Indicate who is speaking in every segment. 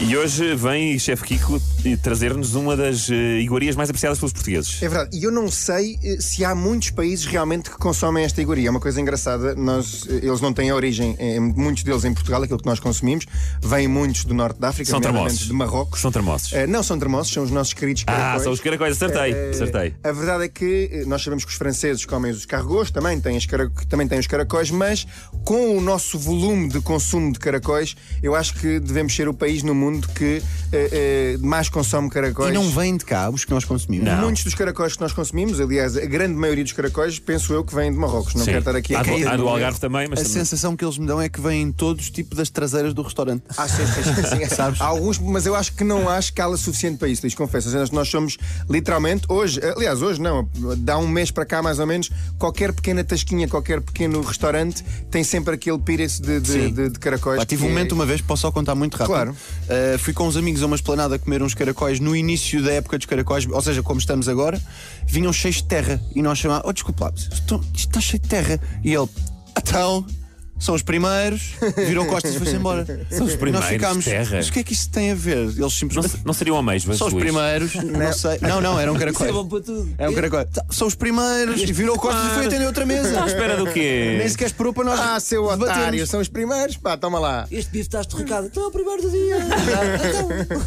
Speaker 1: E hoje vem Chefe Kiko eh, trazer-nos uma das eh, iguarias mais apreciadas pelos portugueses.
Speaker 2: É verdade. E eu não sei eh, se há muitos países realmente que consomem esta iguaria. É uma coisa engraçada. Nós, eh, eles não têm origem, em, muitos deles em Portugal, aquilo que nós consumimos. Vêm muitos do norte da África,
Speaker 1: São
Speaker 2: nomeadamente
Speaker 1: termossos.
Speaker 2: de Marrocos.
Speaker 1: São termossos.
Speaker 2: Eh, não são termossos, são os nossos queridos
Speaker 1: Ah,
Speaker 2: caracóis.
Speaker 1: são os caracóis, acertei,
Speaker 2: Eh,
Speaker 1: acertei.
Speaker 2: A verdade é que eh, nós sabemos que os franceses comem os cargos, também têm, as cara- também têm os caracóis, mas com o nosso volume de consumo de caracóis, eu acho que devemos ser o país no mundo que eh, eh, mais consome caracóis.
Speaker 3: E não vêm de cá os que nós consumimos.
Speaker 1: Não.
Speaker 2: Muitos dos caracóis que nós consumimos, aliás, a grande maioria dos caracóis, penso eu, que vêm de Marrocos. Não
Speaker 1: Sim.
Speaker 2: quero estar aqui
Speaker 1: há,
Speaker 2: a
Speaker 1: do-
Speaker 2: cair.
Speaker 1: há do
Speaker 2: no-
Speaker 1: Algarve também, mas
Speaker 3: A
Speaker 1: também-
Speaker 3: sensação que eles me dão é que vêm todos tipo das traseiras do restaurante.
Speaker 2: Ah, sim, sim, sim, sim.
Speaker 3: Sabes?
Speaker 2: Há alguns, mas eu acho que não há escala suficiente para isso, lhes confesso. Ou seja, Nós somos literalmente, hoje, aliás, hoje não, dá um mês para cá mais ou menos, qualquer pequena tasquinha, qualquer pequeno restaurante tem sempre aquele pires de, de,
Speaker 3: Sim.
Speaker 2: de- de caracóis.
Speaker 3: Pá, tive um
Speaker 2: que é-
Speaker 3: momento uma vez, posso só contar muito rápido.
Speaker 2: Claro.
Speaker 3: Uh, fui com uns amigos a uma esplanada comer uns caracóis no início da época dos caracóis, ou seja, como estamos agora, vinham cheios de terra e nós chamámos, oh desculpa, lá, isto isto está cheio de terra. E ele, então. São os primeiros, virou costas e foi-se embora. São
Speaker 1: os primeiros,
Speaker 3: Nós ficámos.
Speaker 1: terra."
Speaker 3: Mas o que é que isso tem a ver? Eles
Speaker 1: não,
Speaker 3: simplesmente.
Speaker 1: se- não seria o ameijo,
Speaker 3: São os
Speaker 1: Luís?
Speaker 3: primeiros, não sei. Não, não, eram caracóis. É um caracol. Tá, São os primeiros. E virou costas e foi atender outra
Speaker 1: Está à
Speaker 3: mesa.
Speaker 1: espera É. do quê?
Speaker 3: Nem sequer esperou para nós.
Speaker 2: Ah, seu
Speaker 3: debatermos.
Speaker 2: otário, são os primeiros, pá, toma lá.
Speaker 4: Este bife está estorricado. Então, é o primeiro do dia.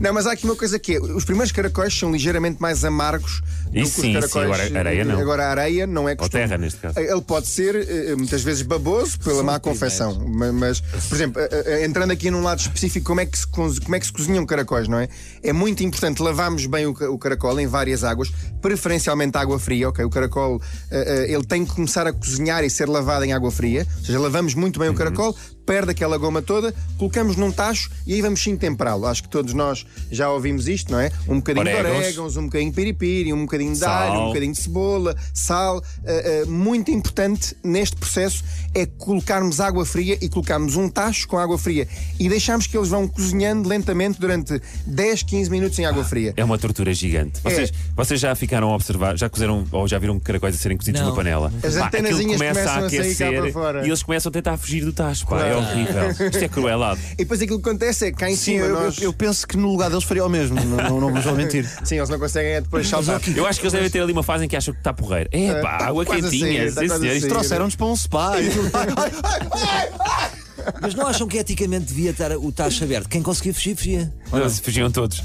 Speaker 2: Não, mas há aqui uma coisa que é, os primeiros caracóis são ligeiramente mais amargos do
Speaker 1: Isso
Speaker 2: que
Speaker 1: sim,
Speaker 2: os
Speaker 1: sim,
Speaker 2: caracóis.
Speaker 1: agora areia não.
Speaker 2: Agora a areia não é costume.
Speaker 1: terra, neste caso.
Speaker 2: Ele pode ser eh, muitas vezes baboso pela má confecção, ma- mas, por exemplo, eh, eh, entrando aqui num lado específico, como é que se coz- como é que se cozinham caracóis, não é? É muito importante lavarmos bem o, ca- o caracol em várias águas, preferencialmente água fria, ok? O caracol eh, eh, ele tem que começar a cozinhar e ser lavado em água fria, ou seja, lavamos muito
Speaker 1: Uhum.
Speaker 2: bem o caracol, perde aquela goma toda, colocamos num tacho e aí vamos sim temperá-lo. Acho que todos nós já ouvimos isto, não é? Um bocadinho de
Speaker 1: Orégãos.
Speaker 2: orégãos, um bocadinho de piripiri, um bocadinho de alho,
Speaker 1: Sal.
Speaker 2: um bocadinho de cebola, sal. Ah, ah, muito importante neste processo é colocarmos água fria e colocarmos um tacho com água fria e deixarmos que eles vão cozinhando lentamente durante 10, 15 minutos em água fria.
Speaker 1: É uma tortura gigante. Vocês, vocês já ficaram a observar, já cozeram ou já viram caracóis a serem cozidos
Speaker 4: Não.
Speaker 1: numa panela?
Speaker 2: As
Speaker 1: Pá,
Speaker 2: antenazinhas
Speaker 1: aquilo começa a
Speaker 2: começam a sair cá
Speaker 1: aquecer
Speaker 2: para
Speaker 1: e
Speaker 2: fora.
Speaker 1: eles começam a tentar fugir do tacho. Pá, é horrível. Isto é cruelado.
Speaker 2: E depois aquilo que acontece é que cá em
Speaker 3: Sim,
Speaker 2: cima
Speaker 3: eu,
Speaker 2: nós.
Speaker 3: eu- eu penso que no lugar deles faria o mesmo, não, não, não vos vou mentir.
Speaker 2: Sim, eles não conseguem é depois saltar.
Speaker 1: Eu acho que eles devem ter ali uma fase em que acham que está porreiro. É pá,
Speaker 2: tá
Speaker 1: água
Speaker 2: quase a
Speaker 1: quentinha.
Speaker 2: sair,
Speaker 1: sim,
Speaker 2: tá quase a
Speaker 1: senhor. Isto
Speaker 2: sair.
Speaker 3: Trouxeram-nos para um spa. e aquilo-
Speaker 4: Mas não acham que eticamente devia estar o tacho aberto? Quem conseguia fugir, fugia.
Speaker 1: Eles fugiam todos.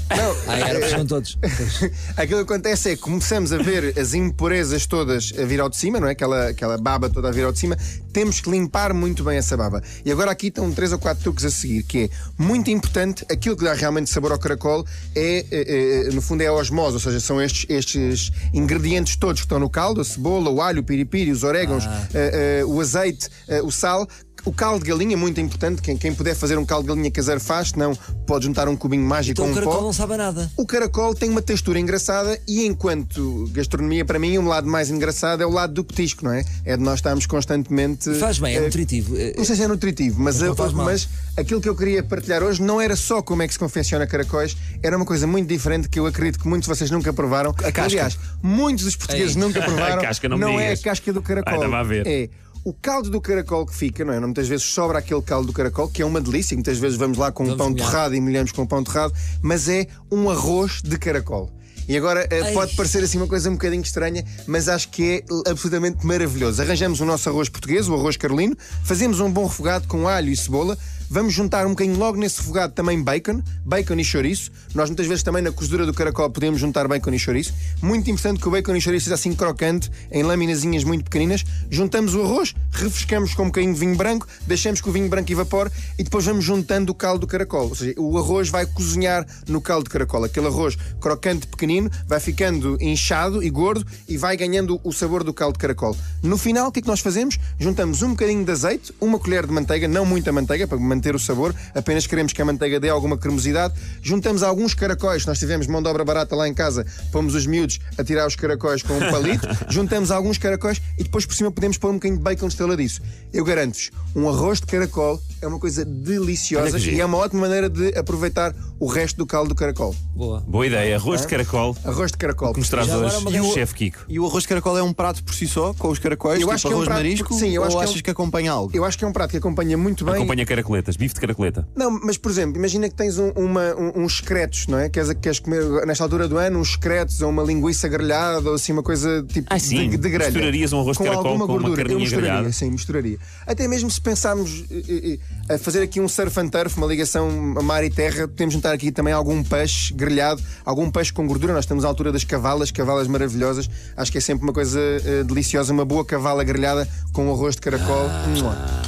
Speaker 4: Ah, era, fugiam todos.
Speaker 2: Aquilo que acontece é que começamos a ver as impurezas todas a vir ao de cima, não é? Aquela, aquela baba toda a vir ao de cima. Temos que limpar muito bem essa baba. E agora aqui estão três ou quatro truques a seguir, que é muito importante, aquilo que dá realmente sabor ao caracol é, eh, eh, no fundo, é a osmose, ou seja, são estes, estes ingredientes todos que estão no caldo, a cebola, o alho, o piripiri, os orégãos,
Speaker 4: Ah.
Speaker 2: eh, eh, o azeite, eh, o sal, o caldo de galinha é muito importante. Quem, quem puder fazer um caldo de galinha caseiro faz, não pode juntar um cubinho mágico
Speaker 4: Então
Speaker 2: com
Speaker 4: o
Speaker 2: um pó.
Speaker 4: caracol não sabe a nada.
Speaker 2: O caracol tem uma textura engraçada e, enquanto gastronomia, para mim, um lado mais engraçado é o lado do petisco, não é? É de nós estarmos constantemente.
Speaker 4: Faz bem, é
Speaker 2: eh,
Speaker 4: nutritivo. Eh,
Speaker 2: Não sei se é nutritivo, mas,
Speaker 4: Mas não
Speaker 2: eh,
Speaker 4: faz mal.
Speaker 2: mas aquilo que eu queria partilhar hoje não era só como é que se confecciona caracóis, era uma coisa muito diferente que eu acredito que muitos de vocês nunca provaram.
Speaker 3: casca.
Speaker 2: Aliás, muitos dos portugueses
Speaker 4: Ei.
Speaker 2: nunca provaram.
Speaker 1: A casca não me
Speaker 2: é a
Speaker 1: digas.
Speaker 2: casca do caracol.
Speaker 1: Ai, estava a ver.
Speaker 2: É o caldo do caracol que fica, não é? Muitas vezes sobra aquele caldo do caracol, que é uma delícia, e muitas vezes vamos lá com um
Speaker 4: Vamos
Speaker 2: pão
Speaker 4: molhar.
Speaker 2: torrado e molhamos com um pão torrado, mas é um arroz de caracol. E agora eh,
Speaker 4: Ai.
Speaker 2: pode parecer assim uma coisa um bocadinho estranha, mas acho que é absolutamente maravilhoso. Arranjamos o nosso arroz português, o arroz carolino, fazemos um bom refogado com alho e cebola, vamos juntar um bocadinho logo nesse refogado também bacon, bacon e chouriço. Nós muitas vezes também na cozedura do caracol podemos juntar bacon e chouriço. Muito importante que o bacon e chouriço seja assim crocante, em laminazinhas muito pequeninas. Juntamos o arroz, refrescamos com um bocadinho de vinho branco, deixamos que o vinho branco evapore e depois vamos juntando o caldo do caracol. Ou seja, o arroz vai cozinhar no caldo de caracol. Aquele arroz crocante pequenino vai ficando inchado e gordo e vai ganhando o sabor do caldo de caracol. No final, o que é que nós fazemos? Juntamos um bocadinho de azeite, uma colher de manteiga, não muita manteiga, para que a manter o sabor, apenas queremos que a manteiga dê alguma cremosidade. Juntamos alguns caracóis, nós tivemos mão de obra barata lá em casa, pomos os miúdos a tirar os caracóis com um palito, juntamos alguns caracóis e depois por cima podemos pôr um bocadinho de bacon estaladiço. Eu garanto-vos, um arroz de caracol é uma coisa deliciosa
Speaker 1: Olha que
Speaker 2: e é uma ótima maneira de aproveitar o resto do caldo do caracol.
Speaker 4: Boa.
Speaker 1: Boa ideia. Arroz
Speaker 2: É.
Speaker 1: de caracol.
Speaker 2: Arroz de caracol.
Speaker 1: que Mostramos
Speaker 4: Já agora
Speaker 1: hoje.
Speaker 4: uma
Speaker 1: E o
Speaker 4: grande-
Speaker 1: chefe Kiko.
Speaker 3: E o arroz de caracol é um prato por si só, com os caracóis,
Speaker 2: Eu
Speaker 3: tipo
Speaker 2: acho que é um
Speaker 3: arroz de
Speaker 2: prato
Speaker 3: marisco?
Speaker 2: por- sim, eu
Speaker 3: ou
Speaker 2: acho que é um-
Speaker 3: achas que acompanha algo?
Speaker 2: Eu acho que é um prato que acompanha muito bem.
Speaker 1: Acompanha caracoletas, bife de caracoleta.
Speaker 2: Não, mas por exemplo, imagina que tens um- uma- um- uns secretos, não é? Queres, queres comer nesta altura do ano uns secretos ou uma linguiça grelhada ou assim uma coisa tipo
Speaker 1: Ah, sim.
Speaker 2: de, de grelha.
Speaker 1: Misturarias um arroz de
Speaker 2: com
Speaker 1: caracol
Speaker 2: alguma
Speaker 1: com uma
Speaker 2: gordura. Eu
Speaker 1: carninha
Speaker 2: misturaria,
Speaker 1: grelhada.
Speaker 2: sim, misturaria. Até mesmo se pensarmos eh, eh, eh, a fazer aqui um surf and turf, uma ligação a mar e terra, podemos juntar aqui também algum peixe grelhado, algum peixe com gordura. Nós estamos à altura das cavalas, cavalas maravilhosas. Acho que é sempre uma coisa eh, deliciosa, uma boa cavala grelhada com arroz de caracol.
Speaker 1: Ah.
Speaker 2: Mua.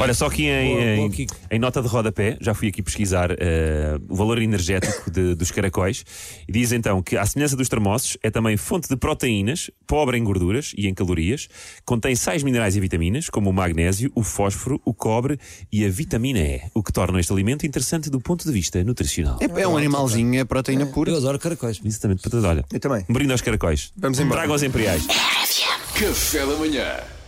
Speaker 1: Olha, só aqui em,
Speaker 4: Boa, boa,
Speaker 1: em-
Speaker 4: Kiko.
Speaker 1: em nota de rodapé, já fui aqui pesquisar eh, o valor energético de- dos caracóis e diz então que, à semelhança dos termossos, é também fonte de proteínas, pobre em gorduras e em calorias, contém sais minerais e vitaminas, como o magnésio, o fósforo, o cobre e a vitamina E, o que torna este alimento interessante do ponto de vista nutricional.
Speaker 3: É, é um animalzinho, é proteína pura.
Speaker 4: Eu adoro caracóis.
Speaker 1: Exatamente, portanto, olha.
Speaker 2: Eu também.
Speaker 1: Um brinde aos caracóis.
Speaker 2: Vamos embora.
Speaker 1: Tragam os imperiais.
Speaker 5: Café da manhã.